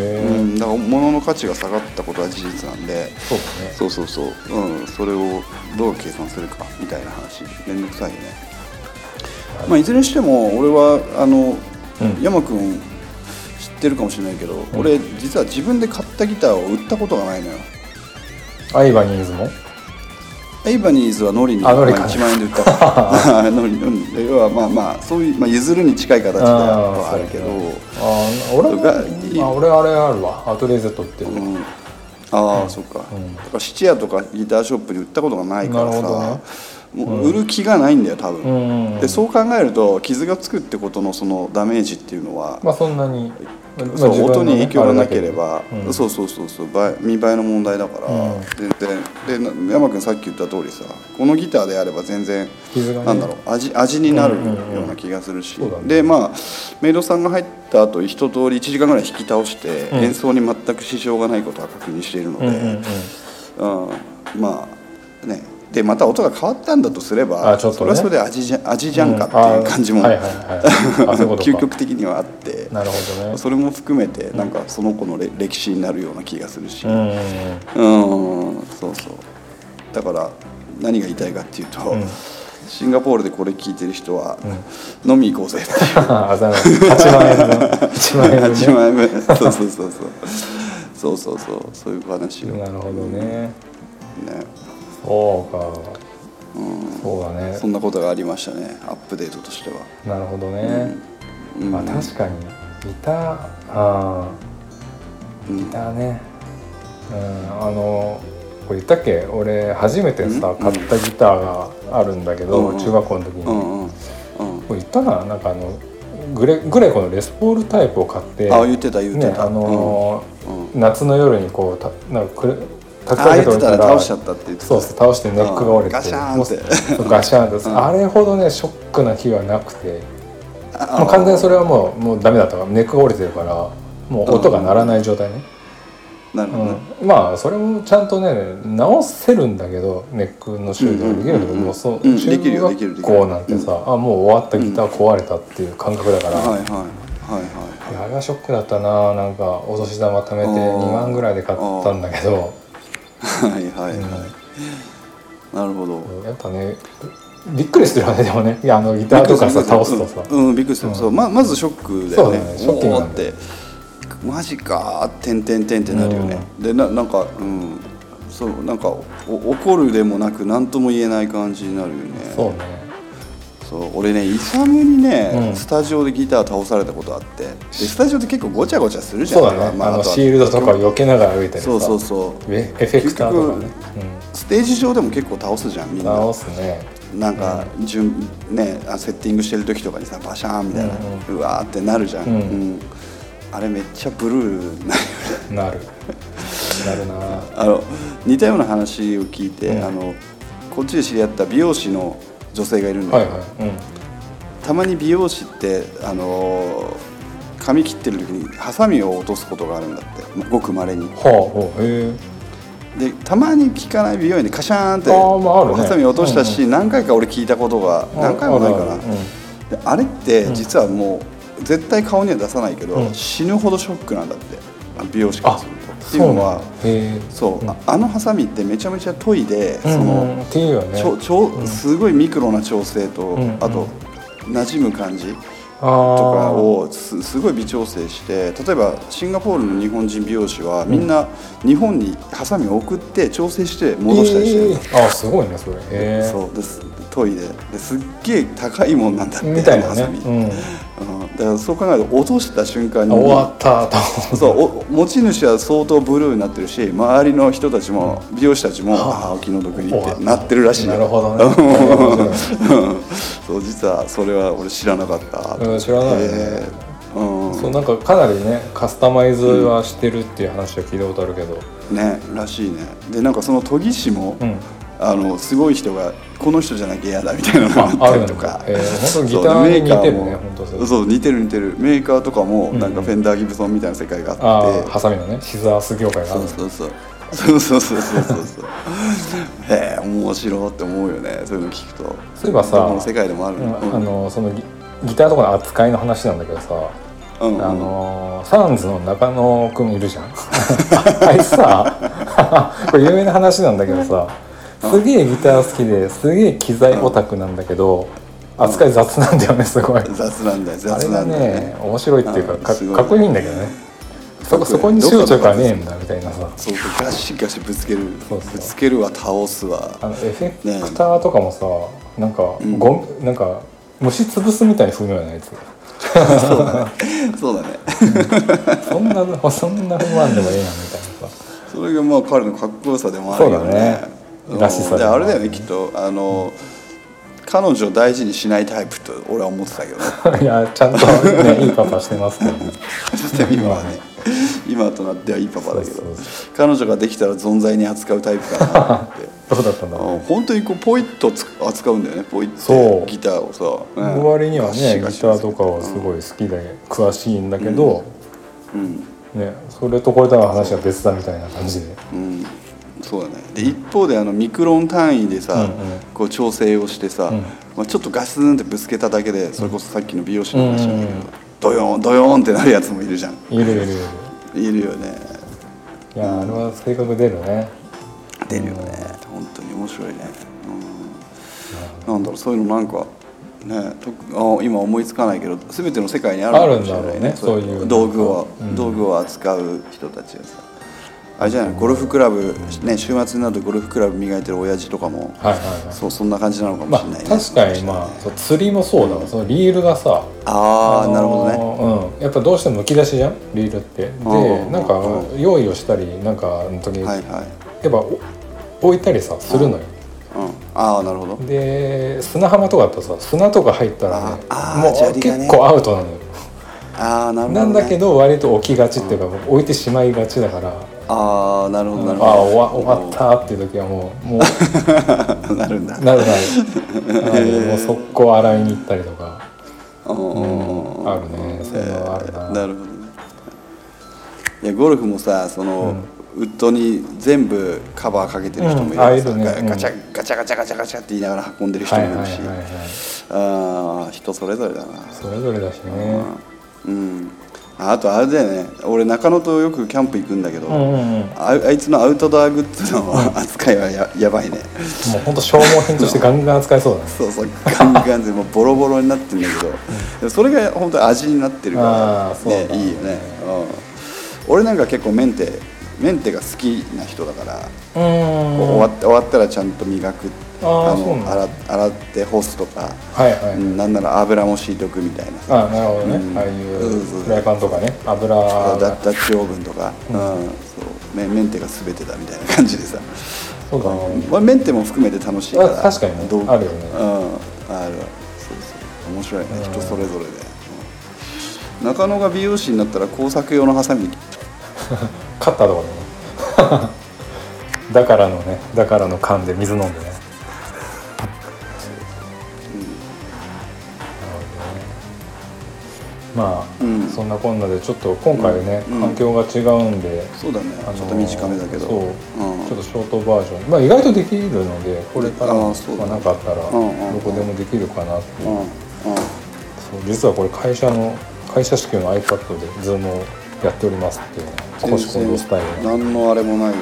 [SPEAKER 3] いへえ、
[SPEAKER 2] うん、だから物の価値が下がったことは事実なんで
[SPEAKER 3] そうだね
[SPEAKER 2] そうそうそう、うん、それをどう計算するかみたいな話面倒くさいよね、まあ、いずれにしても俺はあの、
[SPEAKER 3] うん
[SPEAKER 2] 山君知ってるかもしれないけど、俺実は自分で買ったギターを売ったことがないのよ
[SPEAKER 3] アイバニーズも
[SPEAKER 2] エイバニーズはノリに
[SPEAKER 3] あノリ
[SPEAKER 2] ま
[SPEAKER 3] か
[SPEAKER 2] あ、1万円で売ったからノリノリ要はまあまあそういう、まあ、譲るに近い形ではあるけど
[SPEAKER 3] あー俺も、
[SPEAKER 2] が
[SPEAKER 3] まあ、俺あれあるわアトリエ Z っていうの
[SPEAKER 2] うんああ、そっか、だから質屋とかギターショップに売ったことがないから
[SPEAKER 3] なるほどね
[SPEAKER 2] さ、もう売る気がないんだよ多分、
[SPEAKER 3] うんうんうん
[SPEAKER 2] でそう考えると傷がつくってことのそのダメージっていうのは、
[SPEAKER 3] まあそんなに
[SPEAKER 2] そう音に影響がなけれ
[SPEAKER 3] ば
[SPEAKER 2] ば、
[SPEAKER 3] うん
[SPEAKER 2] そうそうそうそうば見栄えの問題だから、
[SPEAKER 3] うん
[SPEAKER 2] 全然でな山君さっき言った通りさこのギターであれば全然
[SPEAKER 3] 傷がね
[SPEAKER 2] なんだろう味味になる
[SPEAKER 3] うんうんうん
[SPEAKER 2] ような気がするし、
[SPEAKER 3] そうだね
[SPEAKER 2] でまあメイドさんが入った後一通り1時間ぐらい引き倒して、
[SPEAKER 3] ん
[SPEAKER 2] 演奏に全く支障がないことは確認しているので、
[SPEAKER 3] うんうんうん
[SPEAKER 2] うんまあねでまた音が変わったんだとすれば
[SPEAKER 3] あちょっ
[SPEAKER 2] そ
[SPEAKER 3] とね
[SPEAKER 2] れはそれで味じゃ味じゃんかって
[SPEAKER 3] あ
[SPEAKER 2] いう感じも、
[SPEAKER 3] はいはいはいあそういうこと
[SPEAKER 2] [LAUGHS]
[SPEAKER 3] か
[SPEAKER 2] 究極的にはあって。
[SPEAKER 3] なるほどね
[SPEAKER 2] それも含めてなんかその子のれ歴史になるような気がするし、
[SPEAKER 3] う
[SPEAKER 2] うん
[SPEAKER 3] んうんうん
[SPEAKER 2] んそうそうだから何が言いたいかっていうと、シンガポールでこれ聞いてる人は、飲み行こうぜっていう
[SPEAKER 3] あそうなの8万円の
[SPEAKER 2] 8
[SPEAKER 3] [LAUGHS] 8万
[SPEAKER 2] 枚目そうそうそうそうそうそうそうそういう話を
[SPEAKER 3] 円の
[SPEAKER 2] ね
[SPEAKER 3] なるほどねそうかそうだね
[SPEAKER 2] そんなことがありましたねアップデートとしては、
[SPEAKER 3] なるほどね、
[SPEAKER 2] うん
[SPEAKER 3] まあ確かにギターあーギターねうんあのこれ言ったっけ俺初めてさ買ったギターがあるんだけど、
[SPEAKER 2] うん
[SPEAKER 3] 中学校の時に、
[SPEAKER 2] う
[SPEAKER 3] こ
[SPEAKER 2] んうんうん
[SPEAKER 3] れ言ったななんかあのグレグレコのレスポールタイプを買って
[SPEAKER 2] あ言ってた言ってた、
[SPEAKER 3] ねあのー
[SPEAKER 2] うんうん
[SPEAKER 3] 夏の夜にこうたなんかくるた
[SPEAKER 2] あ言って
[SPEAKER 3] け
[SPEAKER 2] て
[SPEAKER 3] おい
[SPEAKER 2] たら倒しちゃったって言ってた
[SPEAKER 3] そうそう倒してネックが折れて
[SPEAKER 2] ガシャーンって
[SPEAKER 3] もうガシャーンって、あれほどねショックな日はなくてもう完全にそれはもうもうダメだったからネックが折れてるからもう音が鳴らない状態ね、
[SPEAKER 2] なるほどね、
[SPEAKER 3] うんまあそれもちゃんとね直せるんだけどネックの修理ができるん
[SPEAKER 2] う
[SPEAKER 3] だけど、
[SPEAKER 2] んうんうんうん
[SPEAKER 3] もうそう
[SPEAKER 2] うん
[SPEAKER 3] 中
[SPEAKER 2] できるよできる
[SPEAKER 3] 学
[SPEAKER 2] できる
[SPEAKER 3] 校なんてさ、あもう終わったギター壊れたっていう感覚だから、
[SPEAKER 2] はいはい [LAUGHS] はいはい
[SPEAKER 3] いやあれはショックだったななんかお年玉貯めて
[SPEAKER 2] あ
[SPEAKER 3] 2
[SPEAKER 2] ー
[SPEAKER 3] 万ぐらいで買ったんだけど、
[SPEAKER 2] はいはいはい、なるほど
[SPEAKER 3] うんやっぱねびっくりするよねでもねいやあのギターとかさ倒すとさ、
[SPEAKER 2] うん、うんびっくりする、そうままずショックだよね
[SPEAKER 3] そうだねショッキング
[SPEAKER 2] お
[SPEAKER 3] な
[SPEAKER 2] ー
[SPEAKER 3] ん
[SPEAKER 2] っ
[SPEAKER 3] だ
[SPEAKER 2] てマジかーてんてんてんってなるよね、でななんかうんそうなんかお怒るでもなく何とも言えない感じになるよね
[SPEAKER 3] そうね
[SPEAKER 2] そう俺ねイサムにね、
[SPEAKER 3] うん
[SPEAKER 2] スタジオでギター倒されたことあってでスタジオって結構ごちゃごちゃするじゃん
[SPEAKER 3] そうだね、あ、
[SPEAKER 2] と
[SPEAKER 3] の
[SPEAKER 2] は
[SPEAKER 3] シールドとかを避けながら歩いたりさ
[SPEAKER 2] そうそうそう
[SPEAKER 3] エエフェクターとかね、
[SPEAKER 2] ステージ上でも結構倒すじゃんみ
[SPEAKER 3] うんん、
[SPEAKER 2] な
[SPEAKER 3] 直すね
[SPEAKER 2] なんか順、ねあセッティングしてる時とかにさバシャーンみたいな、うわーってなるじゃん、
[SPEAKER 3] うん
[SPEAKER 2] うんあれめっちゃブルーになる [LAUGHS]
[SPEAKER 3] なるなるな
[SPEAKER 2] あの似たような話を聞いて、あのこっちで知り合った美容師の女性がいるんだ
[SPEAKER 3] は
[SPEAKER 2] け
[SPEAKER 3] い
[SPEAKER 2] ど、
[SPEAKER 3] はい、うん、
[SPEAKER 2] たまに美容師ってあのー髪切ってる時にハサミを落とすことがあるんだってごくまれに
[SPEAKER 3] はあおへえ
[SPEAKER 2] でたまに聞かない美容院でカシャーンって
[SPEAKER 3] あーまああるね
[SPEAKER 2] ハサミ落としたし、何回か俺聞いたことが何回もないかな
[SPEAKER 3] あるある
[SPEAKER 2] であれって実はもう絶対顔には出さないけど、
[SPEAKER 3] うん
[SPEAKER 2] 死ぬほどショックなんだってあの美容師からすると。ってい
[SPEAKER 3] そ
[SPEAKER 2] の
[SPEAKER 3] ううな
[SPEAKER 2] は
[SPEAKER 3] んだへえ
[SPEAKER 2] そう、ああのハサミってめちゃめちゃ研いで、そ
[SPEAKER 3] うんうん、
[SPEAKER 2] の
[SPEAKER 3] っていうよね
[SPEAKER 2] ちょちょすごいミクロな調整と、
[SPEAKER 3] んうん
[SPEAKER 2] あと馴染む感じ
[SPEAKER 3] あー
[SPEAKER 2] とかをすすごい微調整して例えばシンガポールの日本人美容師はみんな日本にハサミを送って調整して戻したりしてる、
[SPEAKER 3] えーあすごいねそれへえ
[SPEAKER 2] そうです研いでですっげえ高いもんなんだって
[SPEAKER 3] みたい
[SPEAKER 2] あの
[SPEAKER 3] なね、
[SPEAKER 2] ハサミ
[SPEAKER 3] うん、
[SPEAKER 2] うんだからそう考えると落とした瞬間に
[SPEAKER 3] 終わったと思
[SPEAKER 2] そうお持ち主は相当ブルーになってるし周りの人たちも美容師たちも、ああお気の毒に
[SPEAKER 3] 終わ
[SPEAKER 2] っ
[SPEAKER 3] った
[SPEAKER 2] てなってるらしいよ
[SPEAKER 3] なるほど
[SPEAKER 2] う
[SPEAKER 3] ね
[SPEAKER 2] ん [LAUGHS] そう実はそれは俺知らなかった、
[SPEAKER 3] うん知らないよね
[SPEAKER 2] えーうん
[SPEAKER 3] [LAUGHS] そうなんかかなりねカスタマイズはしてるっていう話は聞いたことあるけど、
[SPEAKER 2] ねらしいねでなんかその研ぎ師も、
[SPEAKER 3] うん
[SPEAKER 2] あのすごい人がこの人じゃなきゃ嫌だみたいなのが
[SPEAKER 3] あ
[SPEAKER 2] あったりと
[SPEAKER 3] あ
[SPEAKER 2] か
[SPEAKER 3] るんだへーほんとギター
[SPEAKER 2] そうで
[SPEAKER 3] に似てる
[SPEAKER 2] メ
[SPEAKER 3] ね
[SPEAKER 2] ーカーも
[SPEAKER 3] ほんとそれ
[SPEAKER 2] そう似てる似てるメーカーとかもなんかフェンダーギブソンみたいな世界が
[SPEAKER 3] あ
[SPEAKER 2] あって、
[SPEAKER 3] あハサミのねシザース業界がある
[SPEAKER 2] そうそうそうそうそうそうそうそうそうへえ面白いって思うよねそういうの聞くと
[SPEAKER 3] そういえばさ
[SPEAKER 2] どこの世界でもある
[SPEAKER 3] うん
[SPEAKER 2] の、うん
[SPEAKER 3] あのそのギギターとかの扱いの話なんだけどさ、
[SPEAKER 2] うんうん
[SPEAKER 3] あのーサンズの中野くんいるじゃん [LAUGHS] あいつさ [LAUGHS] これ有名な話なんだけどさすげえギター好きですげえ機材オタクなんだけど、扱い雑なんだよねすごい
[SPEAKER 2] 雑なんだよ雑
[SPEAKER 3] あれ
[SPEAKER 2] な
[SPEAKER 3] が
[SPEAKER 2] んだよ
[SPEAKER 3] ね面白いっていうか
[SPEAKER 2] うん
[SPEAKER 3] か
[SPEAKER 2] すごい
[SPEAKER 3] かっこいいんだけどねそこそこに
[SPEAKER 2] どっか
[SPEAKER 3] 執
[SPEAKER 2] の
[SPEAKER 3] 着はねえんだみたいなさ
[SPEAKER 2] そうそうガシガシぶつける
[SPEAKER 3] そうそう
[SPEAKER 2] ぶつけるは倒すわ
[SPEAKER 3] あのエフェクターとかもさなんかゴミなんか虫潰すみたいに踏むようなやつ
[SPEAKER 2] そうだね
[SPEAKER 3] そんな [LAUGHS] そんな踏まんでもええやんみたいなさ [LAUGHS]
[SPEAKER 2] それがまあ彼のかっこよさでもあるよね
[SPEAKER 3] そうだねらし
[SPEAKER 2] う
[SPEAKER 3] さ
[SPEAKER 2] ん
[SPEAKER 3] で
[SPEAKER 2] で
[SPEAKER 3] もあ
[SPEAKER 2] あれ
[SPEAKER 3] るね
[SPEAKER 2] だよねきっとあの、彼女を大事にしないタイプと俺は思ってたけどね [LAUGHS]
[SPEAKER 3] いやちゃんとねいいパパしてますけどね
[SPEAKER 2] ちょっと今は
[SPEAKER 3] [LAUGHS]
[SPEAKER 2] ね今となってはいいパパだけど
[SPEAKER 3] そうそう
[SPEAKER 2] 彼女ができたら存在に扱うタイプかなって
[SPEAKER 3] [LAUGHS] どうだったんだ
[SPEAKER 2] あ
[SPEAKER 3] ろう
[SPEAKER 2] の本当にこうポイッとつ扱うんだよねポイ
[SPEAKER 3] そ
[SPEAKER 2] ッ
[SPEAKER 3] う
[SPEAKER 2] てギターをさ、ね
[SPEAKER 3] 僕割にはねギターとかはす
[SPEAKER 2] い、
[SPEAKER 3] ごい好きで詳しいんだけど、
[SPEAKER 2] うん
[SPEAKER 3] ね、それとこれとの話は別だみたいな感じで
[SPEAKER 2] うん、そうだねで一方であのミクロン単位でさ、
[SPEAKER 3] うんうん
[SPEAKER 2] こう調整をしてさ、
[SPEAKER 3] うん
[SPEAKER 2] まあ、ちょっとガスンってぶつけただけでそれこそさっきの美容師の話なんだけど、
[SPEAKER 3] うんうんうん
[SPEAKER 2] ドヨーンドヨーンってなるやつもいるじゃん
[SPEAKER 3] いるいるいる
[SPEAKER 2] いるよね
[SPEAKER 3] いやーあれは性格出るね
[SPEAKER 2] 出るよね本当に面白いね、うん、なんだろうそういうのなんかね、とあ今思いつかないけど全ての世界にあるのかもしれな
[SPEAKER 3] ある
[SPEAKER 2] い
[SPEAKER 3] んだろう
[SPEAKER 2] ね
[SPEAKER 3] ね
[SPEAKER 2] そう
[SPEAKER 3] そういう
[SPEAKER 2] 道具を、
[SPEAKER 3] うん
[SPEAKER 2] 道具を扱う人たちがさあれじゃないゴルフクラブ、ね、週末になるとゴルフクラブ磨いてる親父とかも、
[SPEAKER 3] はいはいはい
[SPEAKER 2] そうそんな感じなのかも
[SPEAKER 3] まあ
[SPEAKER 2] しれないね、
[SPEAKER 3] 確かにまあそう釣りもそうだわそのリールがさ
[SPEAKER 2] ああなるほどね
[SPEAKER 3] どね、うん、やっぱどうしてもむき出しじゃんリールって
[SPEAKER 2] う
[SPEAKER 3] で
[SPEAKER 2] ん
[SPEAKER 3] なんか用意をしたりなんかの時に、
[SPEAKER 2] は
[SPEAKER 3] や
[SPEAKER 2] い
[SPEAKER 3] っ
[SPEAKER 2] はい、
[SPEAKER 3] ぱお置いたりさするの
[SPEAKER 2] う
[SPEAKER 3] よ
[SPEAKER 2] ん、ああなるほど
[SPEAKER 3] で砂浜とかだとさ砂とか入ったらね
[SPEAKER 2] あー
[SPEAKER 3] もう
[SPEAKER 2] 砂利がね
[SPEAKER 3] 結構アウトなのよ
[SPEAKER 2] ああなるほど、
[SPEAKER 3] な
[SPEAKER 2] ね、
[SPEAKER 3] んだけど割と置きがちっていうか置いてしまいがちだから
[SPEAKER 2] ああなるほど
[SPEAKER 3] あ
[SPEAKER 2] な
[SPEAKER 3] あ
[SPEAKER 2] る
[SPEAKER 3] ー
[SPEAKER 2] ほ
[SPEAKER 3] 終わ終わったっていう時はもうもう
[SPEAKER 2] ど [LAUGHS] なるんだ
[SPEAKER 3] なるなるなるもう速攻洗いに行ったりとか、
[SPEAKER 2] うんう
[SPEAKER 3] うん
[SPEAKER 2] うん
[SPEAKER 3] ん、あるねそういうのはあるな、
[SPEAKER 2] なるほどねいやゴルフもさその、ウッドに全部カバーかけてる人もいればさ
[SPEAKER 3] うんあいるねうん
[SPEAKER 2] ガチャガチャガチャガチャガチャって言いながら運んでる人
[SPEAKER 3] は
[SPEAKER 2] も
[SPEAKER 3] い
[SPEAKER 2] い
[SPEAKER 3] はい
[SPEAKER 2] る
[SPEAKER 3] は
[SPEAKER 2] し、
[SPEAKER 3] いはい
[SPEAKER 2] ああ人それぞれだな
[SPEAKER 3] それぞれだしね
[SPEAKER 2] うんああとあれだよね俺中野とよくキャンプ行くんだけど、
[SPEAKER 3] うんうんうんも
[SPEAKER 2] ああいつのアウトドアグッズの扱いはややばいね
[SPEAKER 3] うほんと消耗品としてガンガン扱えそうだね
[SPEAKER 2] そうそうガンガンでもうボロボロになってるんだけど、でもそれが本当に味になってる
[SPEAKER 3] あー
[SPEAKER 2] か
[SPEAKER 3] そう
[SPEAKER 2] ら、
[SPEAKER 3] だ
[SPEAKER 2] ねいいよね、うん、俺なんか結構メンテメンテが好きな人だから、
[SPEAKER 3] うーん
[SPEAKER 2] 終わっ終わったらちゃんと磨く
[SPEAKER 3] あーそうなんだ
[SPEAKER 2] 洗っ洗って干すとか、
[SPEAKER 3] はいはい、
[SPEAKER 2] うんなんなら油も敷いとくみたいなさ
[SPEAKER 3] あなるほどね、
[SPEAKER 2] うん
[SPEAKER 3] ああい
[SPEAKER 2] そうそうう
[SPEAKER 3] フライパンとかね油
[SPEAKER 2] ダ
[SPEAKER 3] が
[SPEAKER 2] ダッチオーブンとか、うんそうメメンテが全てだみたいな感じでさ
[SPEAKER 3] そうだね
[SPEAKER 2] まあ、メンテも含めて楽しいから
[SPEAKER 3] あ確かにね
[SPEAKER 2] 道具
[SPEAKER 3] あるよね
[SPEAKER 2] うん、あるそうそう面白いね人それぞれで、うん中野が美容師になったら工作用のハサミ
[SPEAKER 3] カッターとかでね [LAUGHS] だからのねだからの缶で水飲んでねまあ、
[SPEAKER 2] うん
[SPEAKER 3] そんなこんなでちょっと今回ね、
[SPEAKER 2] うん
[SPEAKER 3] 環境が違うんで、
[SPEAKER 2] そうだね、
[SPEAKER 3] あのー
[SPEAKER 2] ちょっと短めだけど
[SPEAKER 3] そう、
[SPEAKER 2] ん
[SPEAKER 3] ちょっとショートバージョンまあ意外とできるのでこれから
[SPEAKER 2] あ
[SPEAKER 3] も
[SPEAKER 2] ーそう
[SPEAKER 3] ま
[SPEAKER 2] だ
[SPEAKER 3] あ
[SPEAKER 2] ね
[SPEAKER 3] なんかあったらど
[SPEAKER 2] うんうんうん
[SPEAKER 3] こでもできるかなっていう
[SPEAKER 2] うんうん
[SPEAKER 3] そう実はこれ会社の会社支給の iPad で Zoom をやっておりますっていう少し今度スタイルの
[SPEAKER 2] 何のあれもないよ、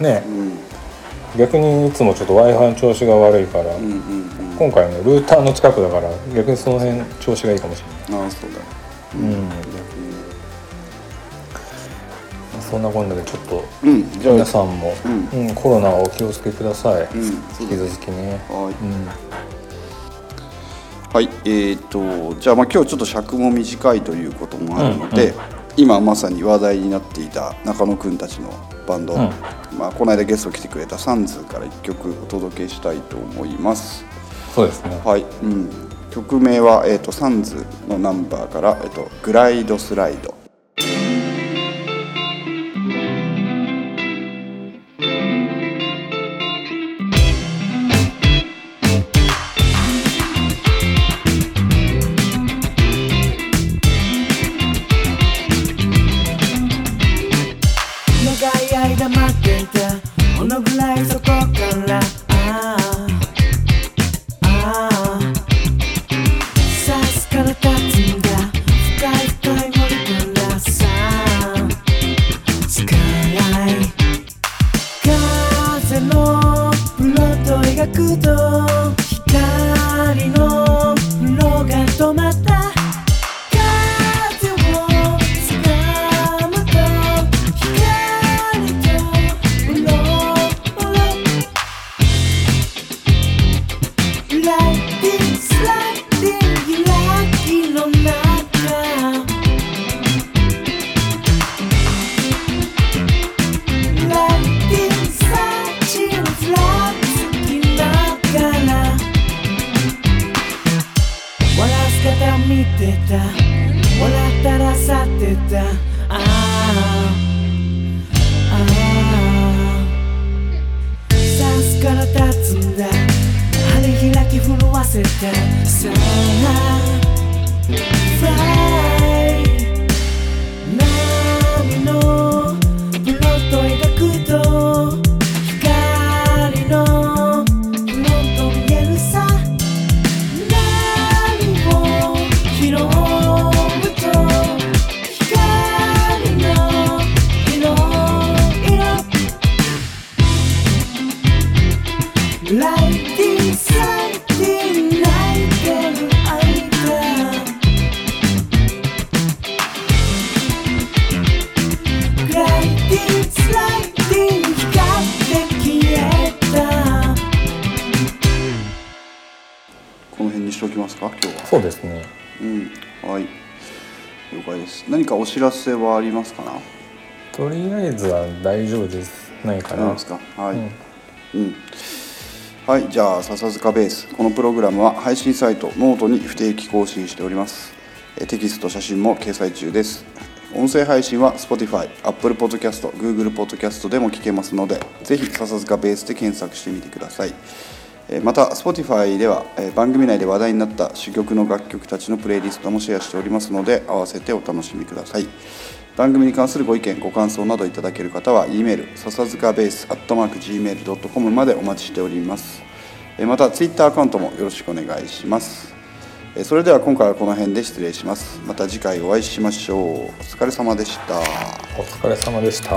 [SPEAKER 3] ね
[SPEAKER 2] うん、うん
[SPEAKER 3] 逆にいつもちょっと w i f i の調子が悪いから、
[SPEAKER 2] うんうん
[SPEAKER 3] 今回ねルーターの近くだから逆にその辺調子がいいかもし
[SPEAKER 2] ああそうだ
[SPEAKER 3] れない、うんそんなこんなでちょっと
[SPEAKER 2] うん、うん、じゃあ
[SPEAKER 3] 皆さんも、
[SPEAKER 2] うん
[SPEAKER 3] うんコロナはお気をつけください、
[SPEAKER 2] うん
[SPEAKER 3] 引き続きね、
[SPEAKER 2] はいは
[SPEAKER 3] うん、
[SPEAKER 2] い、えー、とじゃあまあ今日ちょっと尺も短いということもあるので、今まさに話題になっていた中野くんたちのバンド、
[SPEAKER 3] ん
[SPEAKER 2] まあ、この間ゲスト来てくれたサンズから1曲お届けしたいと思います。
[SPEAKER 3] そうですね
[SPEAKER 2] はいうん、曲名は、えー、とサンズのナンバーから「えー、とグライドスライド」。
[SPEAKER 1] 長い間待っていたこのぐらいそこからああああさすから立つんだ深い深い森からさスカイライン風のプロと描くと光のプロが止まった「風をつかむと光とうろうろ」「ライティングスライディング」「揺らぎの中してさあ Fly 波のプロと描くと光のプロと見えるさ波を拾うと光の色色ライティンサイティン泣いてる間「ライティンスライディン」「光って消えた」
[SPEAKER 2] この辺にしておきますか今日は
[SPEAKER 3] そうですね
[SPEAKER 2] うんはい了解です何かお知らせはありますかな
[SPEAKER 3] とりあえずは大丈夫ですないか
[SPEAKER 2] あり
[SPEAKER 3] な
[SPEAKER 2] ますかはい、うんはいじゃあ笹塚ベースこのプログラムは配信サイトノートに不定期更新しておりますえテキスト写真も掲載中です音声配信は Spotify、Apple Podcast、Google Podcast でも聞けますのでぜひ笹塚ベースで検索してみてくださいえまた Spotify ではえ番組内で話題になった珠玉の楽曲たちのプレイリストもシェアしておりますので合わせてお楽しみください番組に関するご意見ご感想などいただける方は E メール笹塚ベース gmail.com までお待ちしておりますえまた Twitter アカウントもよろしくお願いしますえそれでは今回はこの辺で失礼しますまた次回お会いしましょうお疲れ様でした
[SPEAKER 3] お疲れ様でした